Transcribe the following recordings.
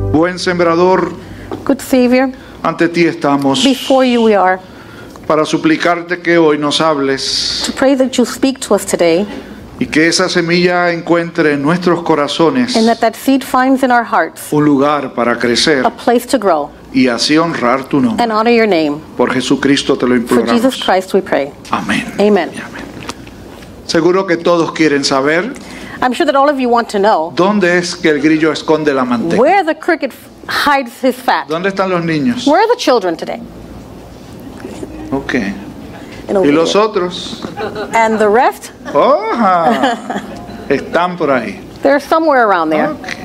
Buen sembrador, Good Savior, ante ti estamos before you we are para suplicarte que hoy nos hables to pray that you speak to us today y que esa semilla encuentre en nuestros corazones and that that seed finds in our hearts un lugar para crecer a place to grow y así honrar tu nombre. and honor your name. Por Jesucristo te lo For Jesus imploramos. Christ we pray. Amén. Amen. Y amén. Seguro que todos quieren saber I'm sure that all of you want to know dónde es que el grillo esconde la manteca. where the cricket hides his fat. ¿Dónde están los niños? Where are the children today? Ok. And, ¿Y over los here. otros? and the rest, ¡Oja! Están por ahí. they're somewhere around there. Ok.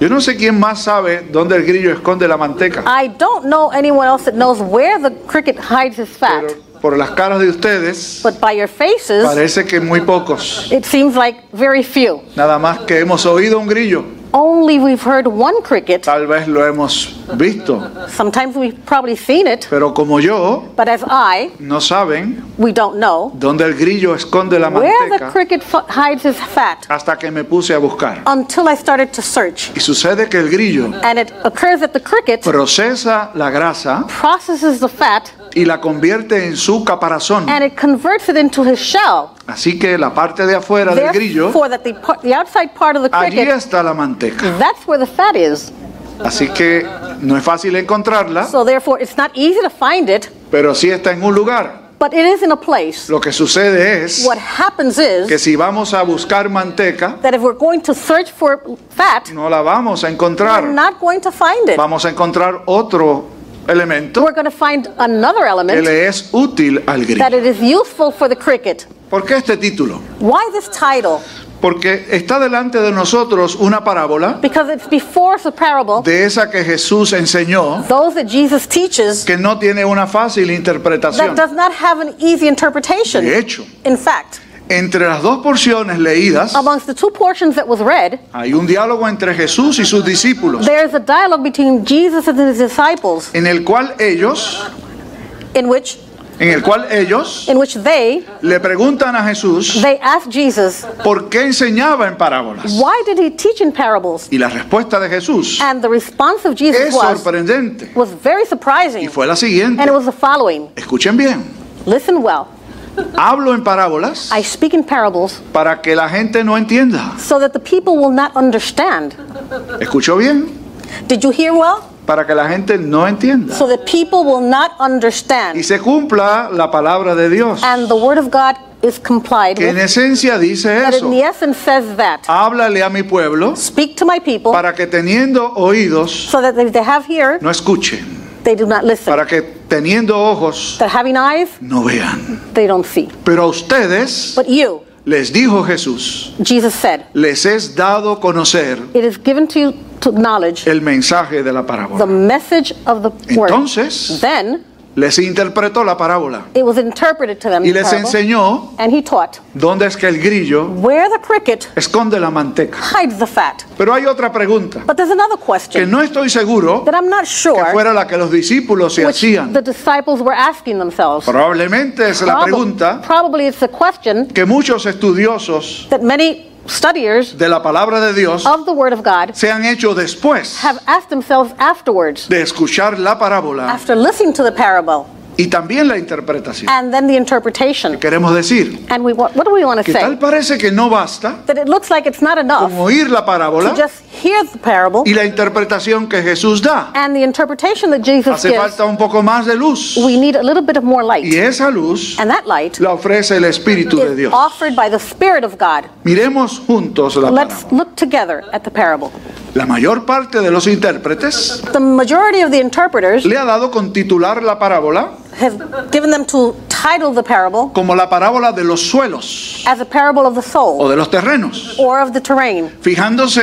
Yo no sé quién más sabe dónde el grillo esconde la manteca, I don't know anyone else that knows where the cricket hides his fat, pero por las caras de ustedes but by your faces, parece que muy pocos. it seems like very few. Nada más que hemos oído un grillo, Only we've heard one cricket. tal vez lo hemos visto, Sometimes we've probably seen it, pero como yo, but as I, no saben we don't know dónde el grillo esconde la where the manteca cricket f- hides his fat hasta que me puse a buscar. until I started to search. Y sucede que el grillo And it occurs that the cricket procesa la grasa processes the fat y la convierte en su caparazón. and it converts it into his shell. Así que la parte de afuera del grillo, Therefore, that the, par- the outside part of the allí cricket, está la manteca. that's where the fat is. Así que no es fácil encontrarla, So therefore, it's not easy to find it, pero sí está en un lugar. but it is in a place. Lo que sucede es What happens is que si vamos a buscar manteca, that if we're going to search for fat, no la vamos a we're encontrar. not going to find it. Vamos a encontrar otro elemento We're going to find another que element le es útil al that grillo. it is useful for the cricket. ¿Por qué este título? Why this title? Porque está delante de nosotros una parábola Because it's before us a parable, de esa que Jesús enseñó those that Jesus teaches, que no tiene una fácil interpretación. that does not have an easy interpretation. De hecho, In fact, entre las dos porciones leídas amongst the two portions that was read, hay un diálogo entre Jesús y sus discípulos there's a dialogue between Jesus and his disciples en el cual ellos in which en el cual ellos in which they le preguntan a Jesús they asked Jesus, por qué enseñaba en parábolas. "Why did he teach in parables?" Y la respuesta de Jesús And the response of Jesus es was sorprendente was very y surprising. fue la And siguiente. it was the following. Escuchen bien. Listen well. Hablo en parábolas I speak in parables para que la gente no entienda. so that the people will not understand. ¿Escuchó bien? Did you hear well? Para que la gente no entienda. So that people will not Y understand. se cumpla la palabra de Dios, And the word of God is complied que en with. esencia dice That in eso. the essence says that. Háblale a mi pueblo Speak to my people para que teniendo oídos so that if they have ear, no escuchen, they do not listen. para que teniendo ojos That having eyes, no vean. they don't see. Pero a ustedes But you, les dijo Jesús, Jesus said, les es dado conocer it is given to you to knowledge el mensaje de la the parábola. message of the word. Entonces Then les interpretó la parábola it was interpreted to them. y in les parable, enseñó And he taught dónde es que el grillo where the cricket esconde la manteca. hides the fat. Pero hay otra pregunta But there's another que question no estoy seguro that I'm not que sure fuera la que los discípulos se which hacían. the Oh. disciples were asking themselves. Probablemente es la Probab- pregunta probably it's a question que muchos estudiosos that many studiers de la palabra de Dios of the Word of God se han hecho después Oh. have asked themselves afterwards, de escuchar la parábola after listening to the parable y también la interpretación. and then the interpretation. Queremos decir And we wa- what do we want to que tal say? parece que no basta That it looks like it's not enough con oír la to parábola just hear the parable y la interpretación que Jesús da. and the interpretation that Jesus Hace gives. falta un poco más de luz We need a little bit of more y light. esa luz And that light la ofrece el Espíritu de is Dios. offered by the Spirit of God. Miremos juntos la Let's parábola. look together at the parable. La mayor parte de los intérpretes The majority of the interpreters le ha dado con titular la parábola have given them to title the parable como la parábola de los suelos as a parable of the soul o de los terrenos. or of the terrain, fijándose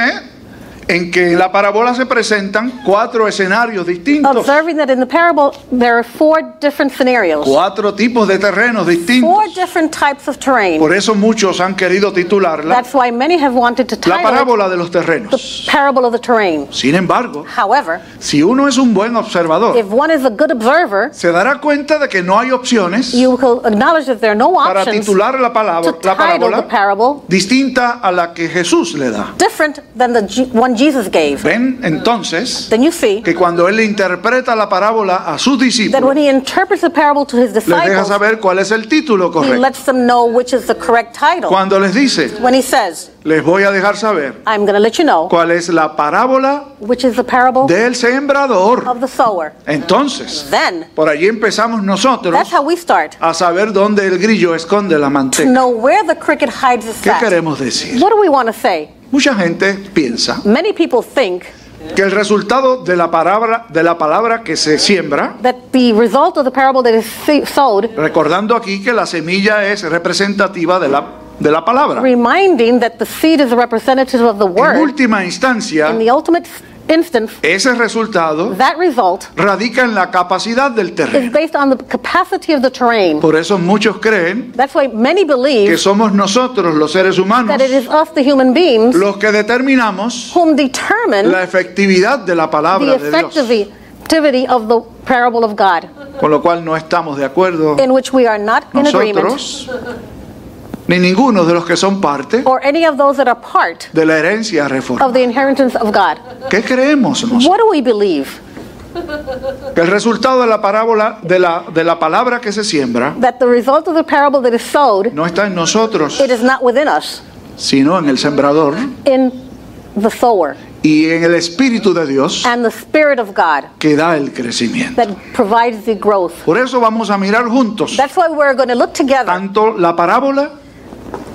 en que en la parábola se presentan cuatro escenarios distintos, Observing that in the parable, there are four different scenarios, cuatro tipos de terrenos distintos. four different types of terrain. Por eso muchos han querido titularla That's why many have wanted to la title it parábola de los terrenos. the parable of the terrain. Sin embargo, However, si uno es un buen observador, if one is a good observer, se dará cuenta de que no hay opciones you will acknowledge that there are no para options to titular la, palabra, la title the parábola parable distinta a la que Jesús le da. different than the G- one Jesus gave. Ven entonces Then you see que cuando él interpreta la parábola a sus that when discípulos, he interprets the parable to his les deja disciples, saber cuál es el título he correcto. lets them know which is the correct title. Cuando les dice, When he says, les voy a dejar saber I'm going to let you know cuál es la parábola which is the parable del sembrador. of the sower. Entonces, Then, por allí empezamos nosotros that's how we start a saber dónde el grillo esconde la to manteca. know where the cricket hides its ¿Qué sack. queremos decir? What do we want to say? Mucha gente piensa Many people think que el resultado de la palabra, de la palabra que se siembra, that the result of the parable that is se- sowed, recordando aquí que la semilla es representativa de la, de la palabra. reminding that the seed is a representative of the En word, última instancia, in the ultimate instance, ese resultado that result radica en la capacidad del is terreno. based on the capacity of the terrain. Por eso muchos creen That's why many que believe somos nosotros los seres humanos that it is us, the human beings, los que determinamos whom determine la efectividad de la the palabra de Dios, effectivity of the parable of God, con lo cual no estamos de acuerdo in which we are not in agreement, nosotros ni ninguno de los que son parte or any of those that are part de la herencia of reforma. the inheritance of God. ¿Qué creemos nosotros? What do we believe? Que el resultado de la parábola de la de la palabra que se siembra That the result of the parable that is sowed, no está en nosotros, it is not within us, sino en el sembrador in the sower y en el espíritu de Dios and the Spirit of God que da el crecimiento. that provides the growth. Por eso vamos a mirar juntos That's why we're going to look together tanto la parábola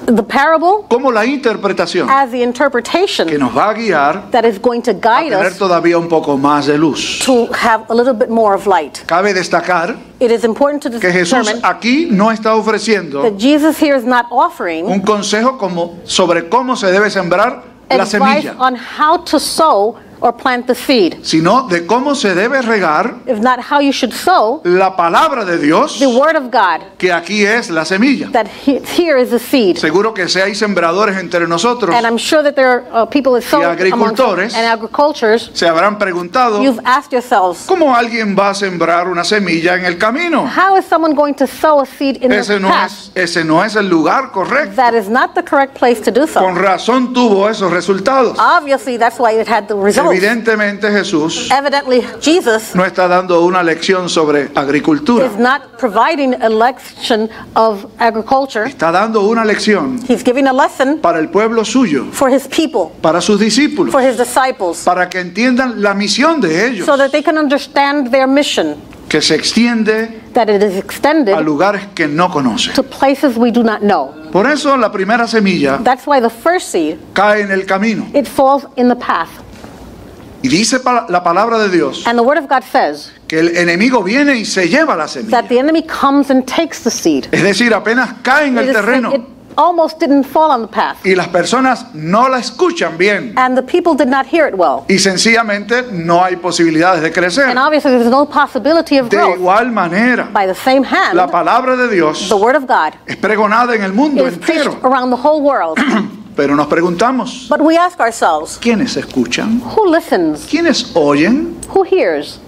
the parable como la interpretación as the que interpretation nos va a guiar that is going to a guide tener us todavía un poco más de luz. to have a little bit more of light. Cabe destacar It is important to que Jesús determine aquí no está ofreciendo that Jesus here is not offering un consejo como sobre cómo se debe sembrar la advice semilla, on how to sow or plant the seed, sino de cómo se debe regar if not how you should sow la palabra de Dios, the Word of God que aquí es la semilla. that he- here is the seed. Seguro que si hay sembradores entre nosotros, And I'm sure that there are uh, people that sow Y amongst agricultores. and agricultures. se habrán preguntado, You've asked yourselves, ¿cómo alguien va a sembrar una semilla en el camino? how is someone going to sow a seed in Ese the no es, path? ese no es el lugar correcto. That is not the correct place to do Con so. razón tuvo esos Ah, resultados. Obviously, that's why it had the results. Evidentemente Jesús Evidently, Jesus no está dando una lección sobre agricultura, is not providing a lesson of agriculture. está dando una lección He's giving a lesson para el pueblo suyo. for his people, para sus discípulos, for his disciples, para que entiendan la misión de ellos, so that they can understand their mission, que se extiende that it is a extended lugares que no conocen. to places we do not know. Por eso la primera semilla That's why the first seed, cae en el camino. it falls in the path. Y dice pa- la palabra de Dios And the Word of God says que el enemigo viene y se lleva la semilla. that the enemy comes and takes the seed. Es decir, apenas cae en It el is like terreno it almost didn't fall on the path, y las personas no la escuchan bien and the people did not hear it well. y sencillamente no hay posibilidades de crecer. And obviously, there's no possibility of De growth. igual manera, By the same hand, la palabra de Dios the Word of God es pregonada en el mundo is preached entero, around the whole world. pero nos preguntamos, But we ask ourselves, ¿quiénes escuchan? who listens? Quienes oyen, Who hears?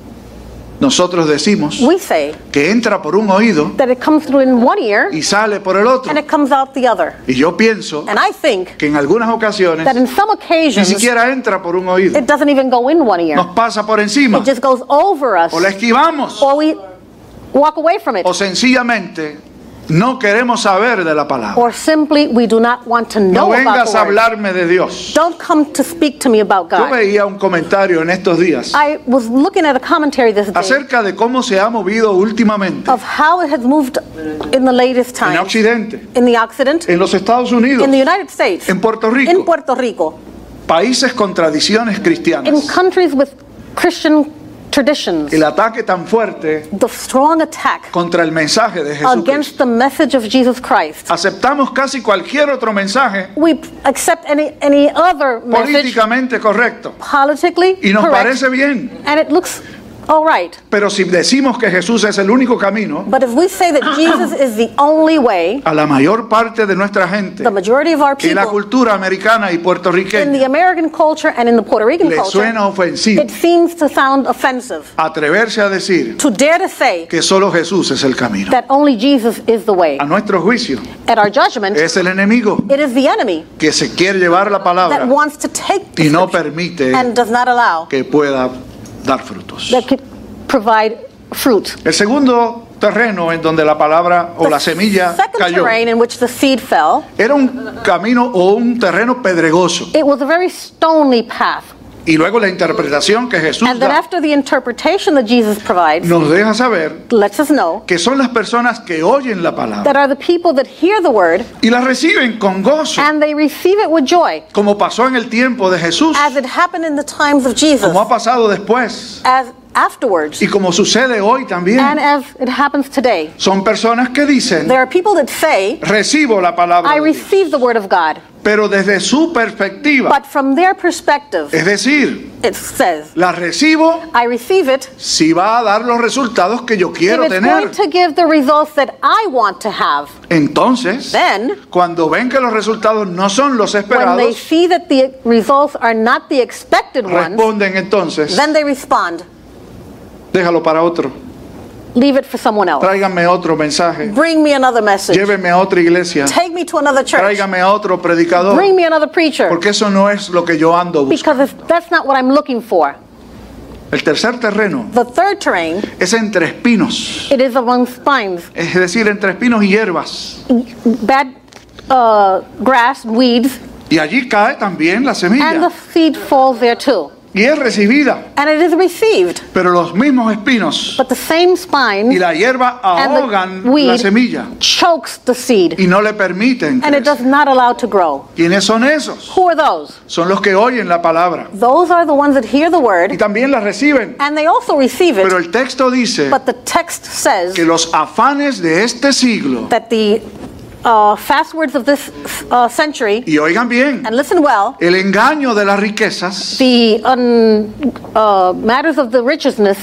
nosotros decimos We say que entra por un oído that it comes through in one ear y sale por el otro. and it comes out the other. Y yo pienso And I think que en algunas ocasiones that in some ni occasions, siquiera entra por un oído, it doesn't even go in one ear. nos pasa por encima, It just goes over us, o la esquivamos, or we walk away from it, o sencillamente no queremos saber de la palabra. or simply we do not want to No know about vengas the a word. hablarme de Dios. Don't come to speak to me about Yo God. veía un comentario en estos días I was looking at a commentary this day acerca de cómo se ha movido últimamente of how it has moved in the latest en time Occidente, in the Occident, en los Estados in the Unidos, United States, en Puerto in Rico, Puerto Rico. países con tradiciones in cristianas. countries with Christian traditions, El ataque tan fuerte the strong attack contra el mensaje de Jesucristo. Ah. against the message of Jesus Christ. Aceptamos casi cualquier otro mensaje We p- accept any, any other message políticamente correcto politically y nos correct, parece bien. and it looks all right. Pero si decimos que Jesús es el único camino, But if we say that Jesus is the only way, a la mayor parte de nuestra gente the majority of our y la people cultura americana y in the puertorriqueña American culture and in the Puerto Rican le culture, suena ofensivo it seems to sound offensive atreverse a decir to dare to say que solo Jesús es el camino. that only Jesus is the way. A nuestro juicio, At our judgment, es el enemigo it is the enemy que se quiere llevar la that palabra wants to take the y no scripture permite and does not allow que pueda dar frutos. that could provide fruit. El segundo terreno en donde la palabra o The la semilla second cayó terrain in which the seed fell, era un camino o un terreno pedregoso. it was a very stony path. Y luego la interpretación que Jesús And then da after the interpretation that Jesus provides, nos deja saber lets us know que son las personas que oyen la palabra that are the people that hear the word y la reciben con gozo, and they receive it with joy, como pasó en el tiempo de Jesús, as it happened in the times of Jesus, como ha pasado después as afterwards, y como sucede hoy también. and as it happens today. Son personas que dicen, There are people that say, recibo la palabra, I de Dios", receive the word of God, pero desde su perspectiva, but from their perspective, es decir, it says, la recibo I receive it si va a dar los resultados que yo if quiero it's tener. going to give the results that I want to have. Entonces, Then, cuando ven que los resultados no son los when they esperados, see that the results are not the expected ones, responden entonces, then they respond, déjalo para otro, leave it for someone else. tráiganme otro mensaje, Bring me another message. llévenme a otra iglesia, Take me to another church. tráigame a otro predicador, Bring me another preacher. porque eso no es lo que yo ando buscando. Because if that's not what I'm looking for. El tercer terreno The third terrain, es entre espinos, it is among spines, es decir, entre espinos y hierbas. bad uh, grass, weeds, Y allí cae también la and the semilla seed falls there too. y es recibida, And it is received. pero los mismos espinos But the same y spine la hierba And the ahogan la weed- semilla chokes the seed y no le permiten. and crecer. it does not allow to grow. ¿Quiénes son esos? Who are those? Son los que oyen la palabra Those are the ones that hear the y word también la reciben. and they also receive Pero it. el texto dice But the text says que los afanes de este siglo, that the uh, fast words of this uh, century, y oigan bien, and listen well, el engaño de las riquezas the un, uh, matters of the richness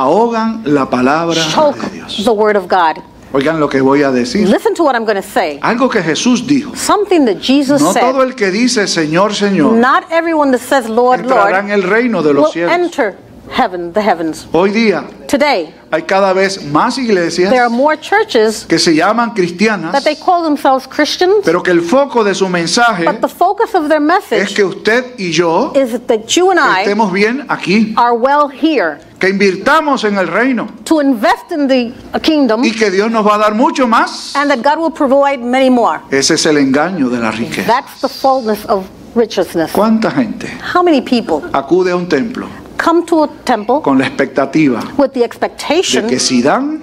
ahogan la palabra choke de Dios. the word of God. Oigan lo que voy a decir. Listen to what I'm going to say. Algo que Jesús dijo. Something that Jesus No todo said. el que dice Señor, Señor Not everyone that says Lord, entrará en Lord el reino de los will cielos. enter heaven, the heavens. Hoy día Today, hay cada vez más there are iglesias more churches que se llaman that cristianas, they call themselves Christians, pero que el foco de su mensaje but the focus of their es message que usted y yo is that you and I estemos bien aquí, are well here que invirtamos en el reino to invest in the kingdom y que Dios nos va a dar mucho más. and that God will provide many more. Ese es el engaño de la riqueza. That's the fullness of righteousness. ¿Cuánta gente How many people acude a un templo come to a temple con la expectativa with the de expectation que si dan,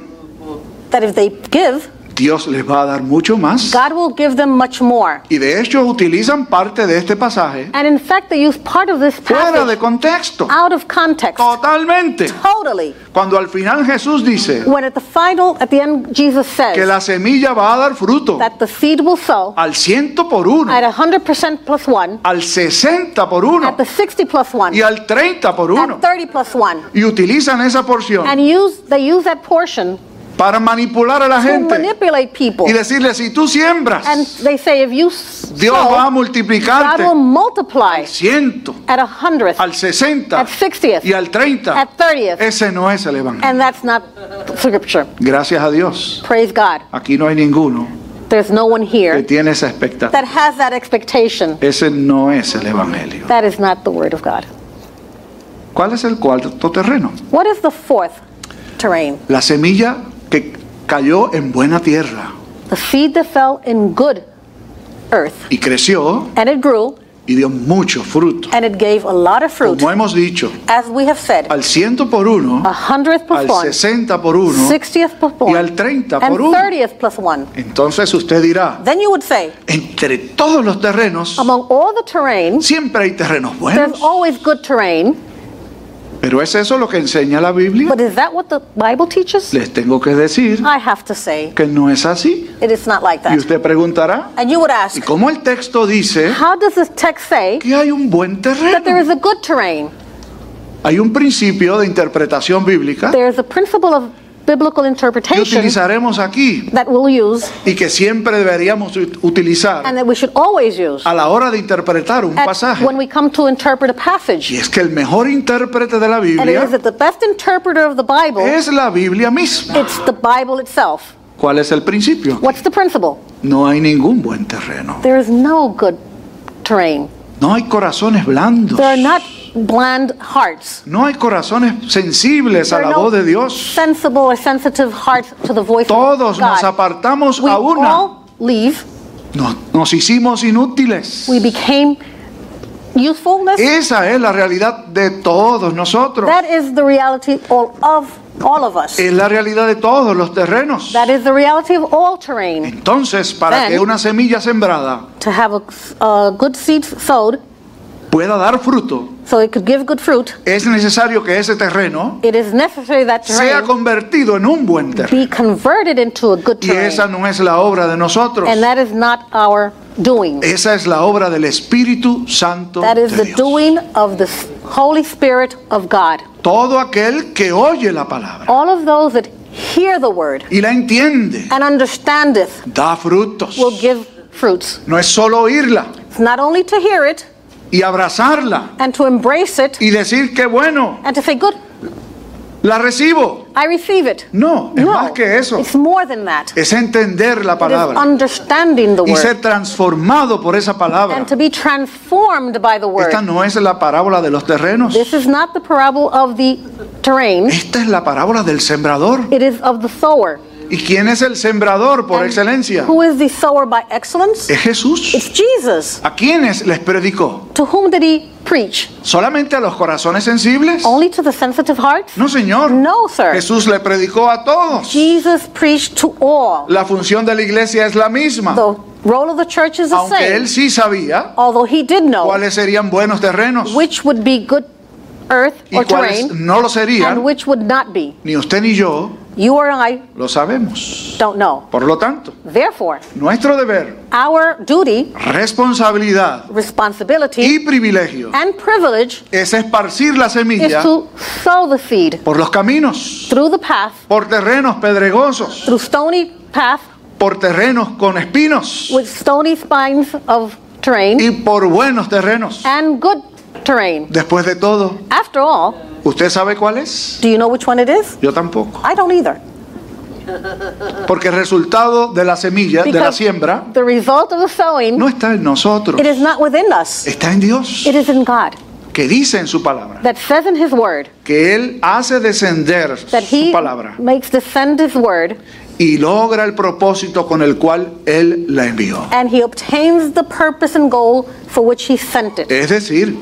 that if they give, Dios les va a dar mucho más? God will give them much more. Y de hecho utilizan parte de este pasaje And in fact, they use part of this fuera de passage contexto, out of context, totalmente. totally. Cuando al final Jesús dice When at the final, at the end, Jesus que says la semilla va a dar fruto that the seed will sow al ciento por uno, at 100% plus one, al 60 por uno at the 60 plus y one, al 30 por uno. at 30 plus one, Y utilizan esa porción and use they use that portion para manipular a la to gente manipulate people. y decirle, si tú And siembras, they say, if you Dios va a sow, God multiplicarte will multiply ciento, at a hundredth, al 60 at 60th, y al 30. at 30th. Ese no es el Evangelio. and that's not scripture. Gracias a Dios. Praise God. Aquí no hay ninguno There's no one que here tiene esa expectativa. that has that expectation. Ese no es el Evangelio. That is not the word of God. ¿Cuál es el cuarto terreno? What is the fourth terrain? La semilla que cayó en buena tierra The seed that fell in good earth, y creció and it grew, y dio mucho fruto. and it gave a lot of fruit, Ah, Como hemos dicho, as we have said, al ciento por uno, a hundredth plus al one, 60 por uno 60th plus y one, al 30 and por uno. 30th plus one. Entonces usted dirá, Then you would say, entre todos los terrenos, among all the terrain, siempre hay terrenos there's buenos. always good terrain, Pero es eso lo que enseña la Biblia. But Ah. is that what the Bible teaches? Les tengo que decir I have to say, que no es así. it is not like Y that. usted preguntará, And you would ¿y ask, cómo el texto dice how does this text say que hay un buen that there terreno? is a good terrain? Hay un principio de interpretación bíblica There is a principle of biblical que interpretation utilizaremos aquí that we'll use y que siempre deberíamos ut- utilizar and that we should always use a la hora de interpretar Ah, un at- pasaje. when we come to interpret a passage. Y es que el mejor intérprete de la And it Biblia is that the best interpreter of the Bible, es la Biblia misma. it's the Bible itself. ¿Cuál es el principio? What's the principle? No hay ningún buen terreno. There is no good terrain. No hay corazones blandos. There are not bland hearts. No hay corazones sensibles a There la are no voz de Dios. Sensible or sensitive hearts to the voice Todos of God. nos apartamos we a una. all leave. Nos, nos hicimos inútiles. We became usefulness. Esa es la realidad de todos nosotros. that is the reality all of all of us. Es la realidad de todos los terrenos. that is the reality of all terrain. Entonces, para Then- que una semilla sembrada To have a, a good seed sowed pueda dar fruto, so it could give good fruit, es necesario que ese terreno it is necessary that sea terrain convertido en un buen terreno. be converted into a good Y terrain. esa no es la obra de nosotros. And that is not our doing. Esa es la obra del Espíritu Santo That is de the Dios. doing of the S- Holy Spirit of God. Todo aquel que oye la palabra All of those that hear the word y la entiende, and understandeth da frutos. will give fruits. No es solo oírla It's not only to hear it y abrazarla and to embrace it y decir que bueno, and to say, good, la recibo. I receive it. No, es más que eso. it's more than that. Es entender la It is palabra understanding the y word ser transformado por esa palabra. and to be transformed by the word. Esta no es la parábola de los terrenos. This is not the parable of the terrain. Esta es la parábola del sembrador. It is of the sower. ¿Y quién es el sembrador por And excelencia? Who is the sower by excellence? Es Jesús. It's Jesus. ¿A quiénes les predicó? To whom did he preach? ¿Solamente a los corazones sensibles? Only to the sensitive hearts? No, señor. Oh, No, sir. Jesús le predicó a todos. Jesus preached to all. La función de la iglesia es la misma. The role of the church is the Aunque same. él sí sabía Although he did know cuáles serían buenos terrenos which would be good earth y or cuáles terrain no lo and serían, which would not be. ni usted ni yo You or I lo sabemos. don't know. Por lo tanto, Therefore, nuestro deber, our duty, responsabilidad y responsibility, privilegio and privilege es esparcir la is semilla to sow the seed por los caminos, through the path, por terrenos pedregosos, through stony path por terrenos con espinos with stony spines of terrain. y por buenos terrenos. and good terrain. Después de todo, After all, ¿usted sabe cuál es? do you know which one it is? Yo tampoco. I don't either. Porque el resultado de la semilla, de la Because siembra, the result of the sowing, no está en nosotros, it is not within us. está en Dios, It is in God que dice en su palabra, that says in His Word que Él hace descender that su He palabra makes descend His Word y logra el propósito con el cual Él la envió. and He obtains the purpose and goal for which He sent it. Es decir,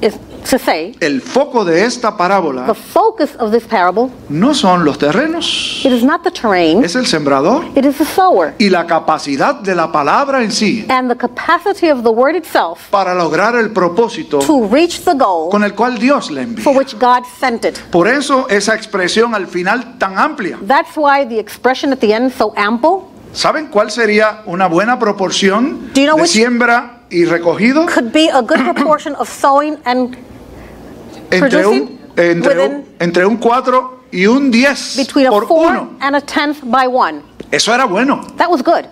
Is to say, el foco de esta the parábola focus of this parable, no son los terrenos, it is not the terrain, es el sembrador it is the sower y la capacidad de la palabra en sí and the capacity of the Word itself para lograr el propósito to reach the goal con el cual Dios la for envió. which God sent it. Por eso esa expresión al final tan amplia. That's why the expression at the end so ample ¿Saben cuál sería una buena proporción Do you know de which- siembra y recogido could be a good proportion of sowing and entre un, producing entre un, entre un 4 y un 10 between a por four 1? and a tenth by one. Eso era bueno. That was good.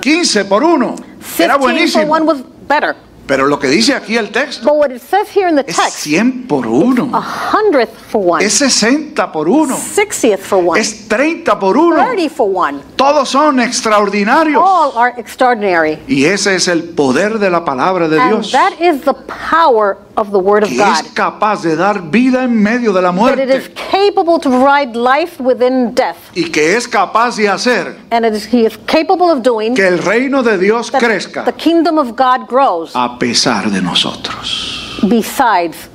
15 por 1 era Fifteen for buenísimo. one was better. Pero lo que dice aquí el texto But what it says here in the es text, 100 por 1. a hundredth for one, Es 60 por 1. sixtieth for one, Es 30 por 1. Oh thirty for one. Todos son extraordinarios. All are extraordinary. Y ese es el poder de la palabra de And Dios, that is the power of the Word of que God. es capaz de dar vida en medio de la That it is muerte capable to provide life within death. y que es capaz de hacer And it is, He is capable of doing que el reino de Dios that crezca the kingdom of God grows a pesar de nosotros. besides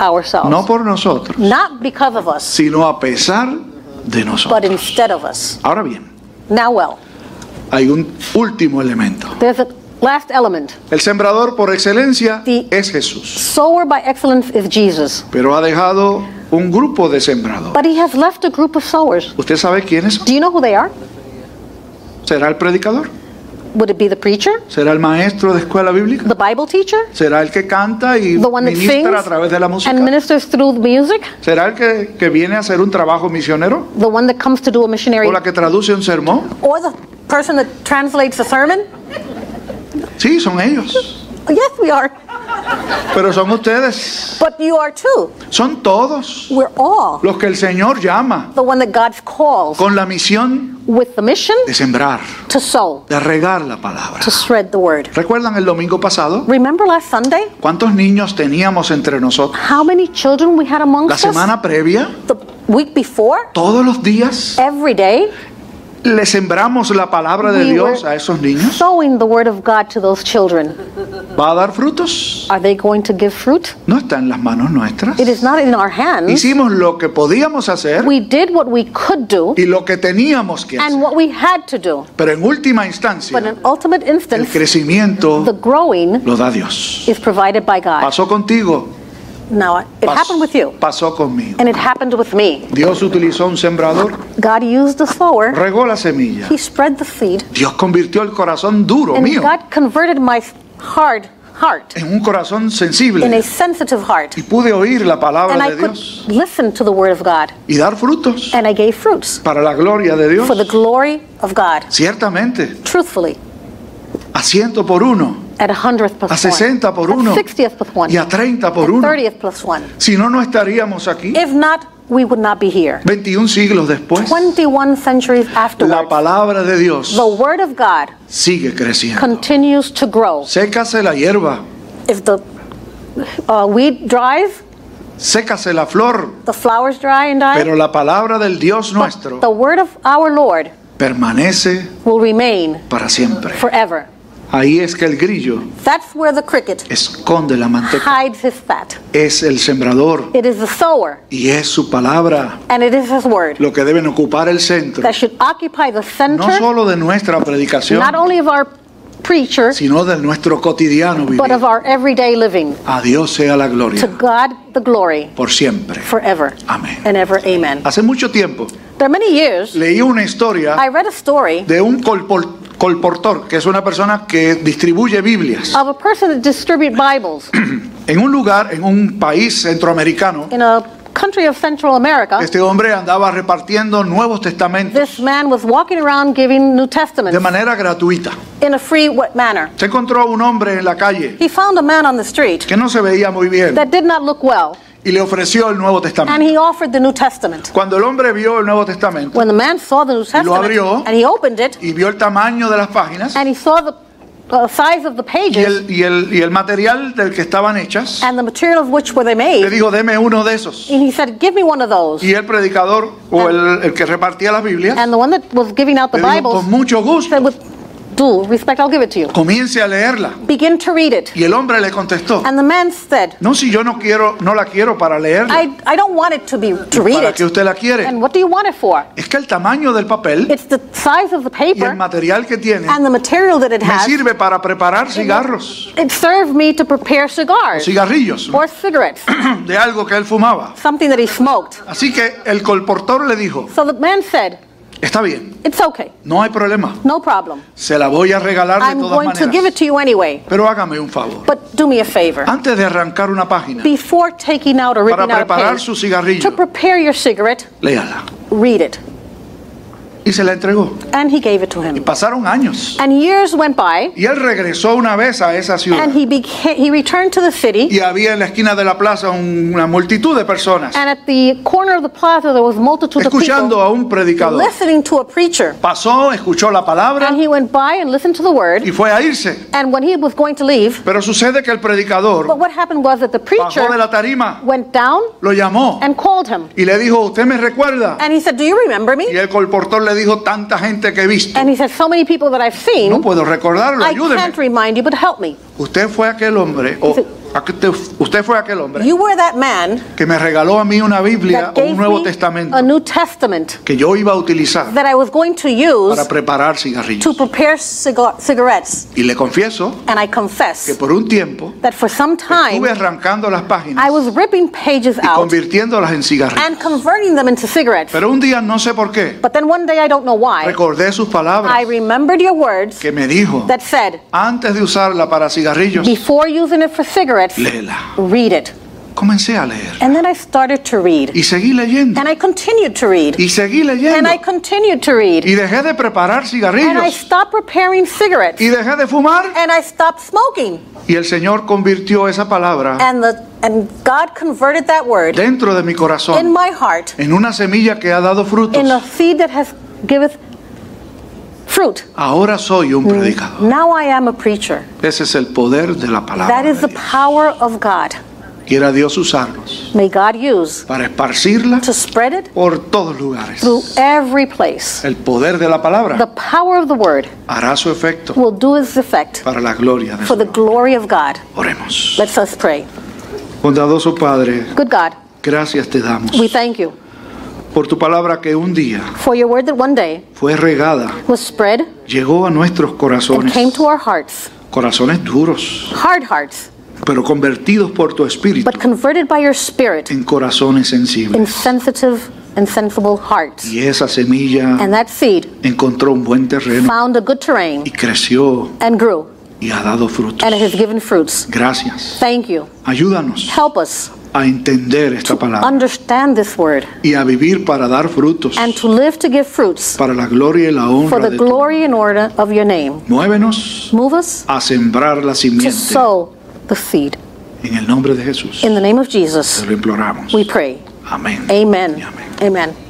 ourselves. No por nosotros, Not because of us, sino a pesar de but nosotros. instead of us. Ahora bien, Now, well, hay un último elemento there's an Last element. El sembrador por excelencia Sí. es Jesús, Sower by excellence is Jesus. pero ha dejado un grupo de sembradores. But he has left a group of sowers. ¿Usted sabe quiénes son? Do you know who they are? ¿Será el predicador? Would it be the preacher? ¿Será el maestro de escuela bíblica? The Bible teacher? ¿Será el que canta y The one that sings ministra a través de la música? and ministers through the music? ¿Será el que, que viene a hacer un trabajo misionero? The one that comes to do a missionary? ¿O la que traduce un sermón? Or the person that translates a sermon? Sí, son ellos. Yes, we are. Pero son ustedes. But you are too. Son todos We're all los que el Señor llama the one that God calls con la misión with the mission de sembrar, to sow, de regar la palabra. to spread the word. ¿Recuerdan el domingo pasado? Remember last Sunday ¿Cuántos niños teníamos entre nosotros? how many children we had La amongst us semana previa, the week before? todos los días, Every day, le sembramos la palabra de We Dios were- a esos niños. sowing the word of God to those children. ¿Va a dar frutos? Are they going to give fruit? No está en las manos nuestras. It is not in our hands. Hicimos lo que podíamos hacer We did what we could do y lo que teníamos que and hacer. what we had to do. Pero en última But instancia, in ultimate el instance, crecimiento the growing lo da Dios. is provided by God. Pasó contigo, Now, it pas- happened with you, pasó conmigo. and it happened with me. Dios utilizó un sembrador, God used the sower, regó la semilla. He spread the seed, Dios convirtió el corazón duro and mío God converted my hard heart en un corazón in sensible a sensitive heart. y pude oír la And palabra I de could Dios listen to the word of God, y dar frutos and I gave fruits para la gloria de Dios. for the glory of God, Ciertamente, truthfully, a ciento por uno, at a hundredth a plus one, sesenta por at uno 60th plus one, y a treinta at por uno. 30th plus one. Si no, no estaríamos aquí. If not, we would not be here. 21 siglos después, 21 centuries la afterwards, palabra de Dios the word of God sigue creciendo. continues to grow. Sécase la hierba, If the uh, wheat dries, sécase la flor, the flowers dry and die, pero la palabra del Dios nuestro the word of our Lord permanece will remain para siempre. forever. Ahí es que el grillo That's where the cricket esconde la manteca. hides his fat. Es el sembrador It is the sower, y es su palabra and it is his word lo que deben ocupar el centro, that should occupy the no center, solo de nuestra predicación, not only of our preacher, sino de nuestro cotidiano vivir. but of our everyday living. A Dios sea la To gloria God the glory por siempre. forever Amén. and ever. Amen. Hace mucho tiempo There are many years leí una historia I read a story de un colpor- colportor, que es una persona que distribuye Biblias, of a person that distributed Bibles en un lugar, en un país centroamericano. in a country of Central America. Este hombre andaba repartiendo Nuevos Testamentos This man was walking around giving New Testament de manera gratuita. in a free wa- manner. Se encontró un hombre en la calle He found a man on the street que no se veía muy bien that did not look well, y le ofreció el Nuevo and Testamento. he offered the New Testament. Cuando el hombre vio el Nuevo Testamento When the man saw the New Testament abrió. and he opened it y vio el tamaño de las páginas and he saw the uh, size of y the pages el, y el- y el material del que estaban hechas, and the material of which were they le made, dijo, deme uno de esos. and he said, "Give me one of those." Y el predicador o el, el que repartía las Biblias And the one that was giving out the le dijo, Bibles con mucho gusto, said, "With due respect, I'll give it to you. comience a leerla. Begin to read it." Y el hombre le contestó, And the man said, no, si yo no quiero, no la quiero para leerla, I, I don't want it to be to read para it. que usted la quiere. And what do you want it for? Es que el tamaño del papel It's the size of the y el paper material que tiene and the material that it me has. sirve para preparar cigarros, It served me to prepare cigars cigarrillos, or cigarettes, de algo que él fumaba. something that he smoked. Así que el colportor le dijo, So the man said, está bien, It's okay, no hay problema, no problem. se la voy a regalar de I'm todas going to give maneras. it to you anyway. Pero hágame un favor, But do me a favor. antes de arrancar una página, Before taking out or para ripping out a preparar su page, to cigarrillo, prepare your cigarette, léala. read it. Y se la entregó. And he gave it to him. Pasaron años. And years went by, Y él regresó una vez a esa ciudad. and he, beca- he returned to the city. Y había en la esquina de la plaza un- una multitud de personas And at the corner of the plaza, there was a multitude of escuchando people a un predicador. listening to a preacher. Pasó, escuchó la palabra And he went by and listened to the y word. fue a irse. And when he was going to leave, Pero sucede que el but predicador what happened was that the bajó de preacher la tarima, went down lo llamó and called him. y le dijo, ¿usted me recuerda? And he said, Do you remember Y me? el colportor le dijo, tanta gente que he visto. And he said, So many people that I've No seen, puedo recordarlo, I ayúdeme. can't remind you, but help me. Usted fue aquel hombre, o aquel- usted fue aquel hombre You were that man que me regaló a mí una Biblia that o gave un Nuevo me Testamento a New Testament que yo iba a utilizar that I was going to use para preparar to cigarrillos. prepare cigar- cigarettes. Y le confieso And I que confess por un tiempo that for some time estuve arrancando las páginas I was ripping pages y out convirtiéndolas en cigarrillos. and converting them into cigarettes. Pero un día no sé por qué But then one day, I don't know why, recordé sus I palabras remembered your words que me dijo that said, antes de usarla para cigarrillos, before using it for cigarettes, léela. read it. Comencé a leer And then I started to read. y seguí leyendo And I continued to read. y seguí And leyendo I continued to read. y dejé de preparar And I cigarrillos stopped preparing cigarettes. y dejé de fumar And I stopped smoking. y el Señor convirtió esa palabra And the and God converted that word dentro de mi in corazón my heart en una semilla que ha dado frutos. in a seed that has giveth fruit. Ahora soy Mm. un predicador. Now I am a preacher. Ese es el poder de la palabra. That is de the Dios. power of God. Quiera Dios usarnos May God use para esparcirla to spread it por todos lugares. through every place. El poder de la The palabra power of the word hará su efecto will do its effect para la gloria de for the Dios. glory of God. Oremos. Let's us pray. Bondadoso Padre, Good God, gracias te damos we thank you por tu palabra que un día for your word that one day fue regada, was spread llegó a nuestros and corazones, came to our hearts, corazones duros, hard hearts, pero convertidos por tu espíritu but converted by your spirit en corazones in sensibles. sensitive and sensible hearts. Y esa semilla And that seed encontró un buen terreno found a good terrain y creció and grew, y ha dado frutos. and it has given fruits. Gracias. Thank you. Ayúdanos Help us a entender esta palabra understand this word y a vivir para dar frutos and to live to give fruits para la gloria y la for honra the de tu. glory and order of your name. Muévenos Move us a sembrar la to simiente sow the seed. en el nombre de Jesús. In the name of Te Jesus, lo imploramos. we pray. Amén. Amen. Y amén. Amen.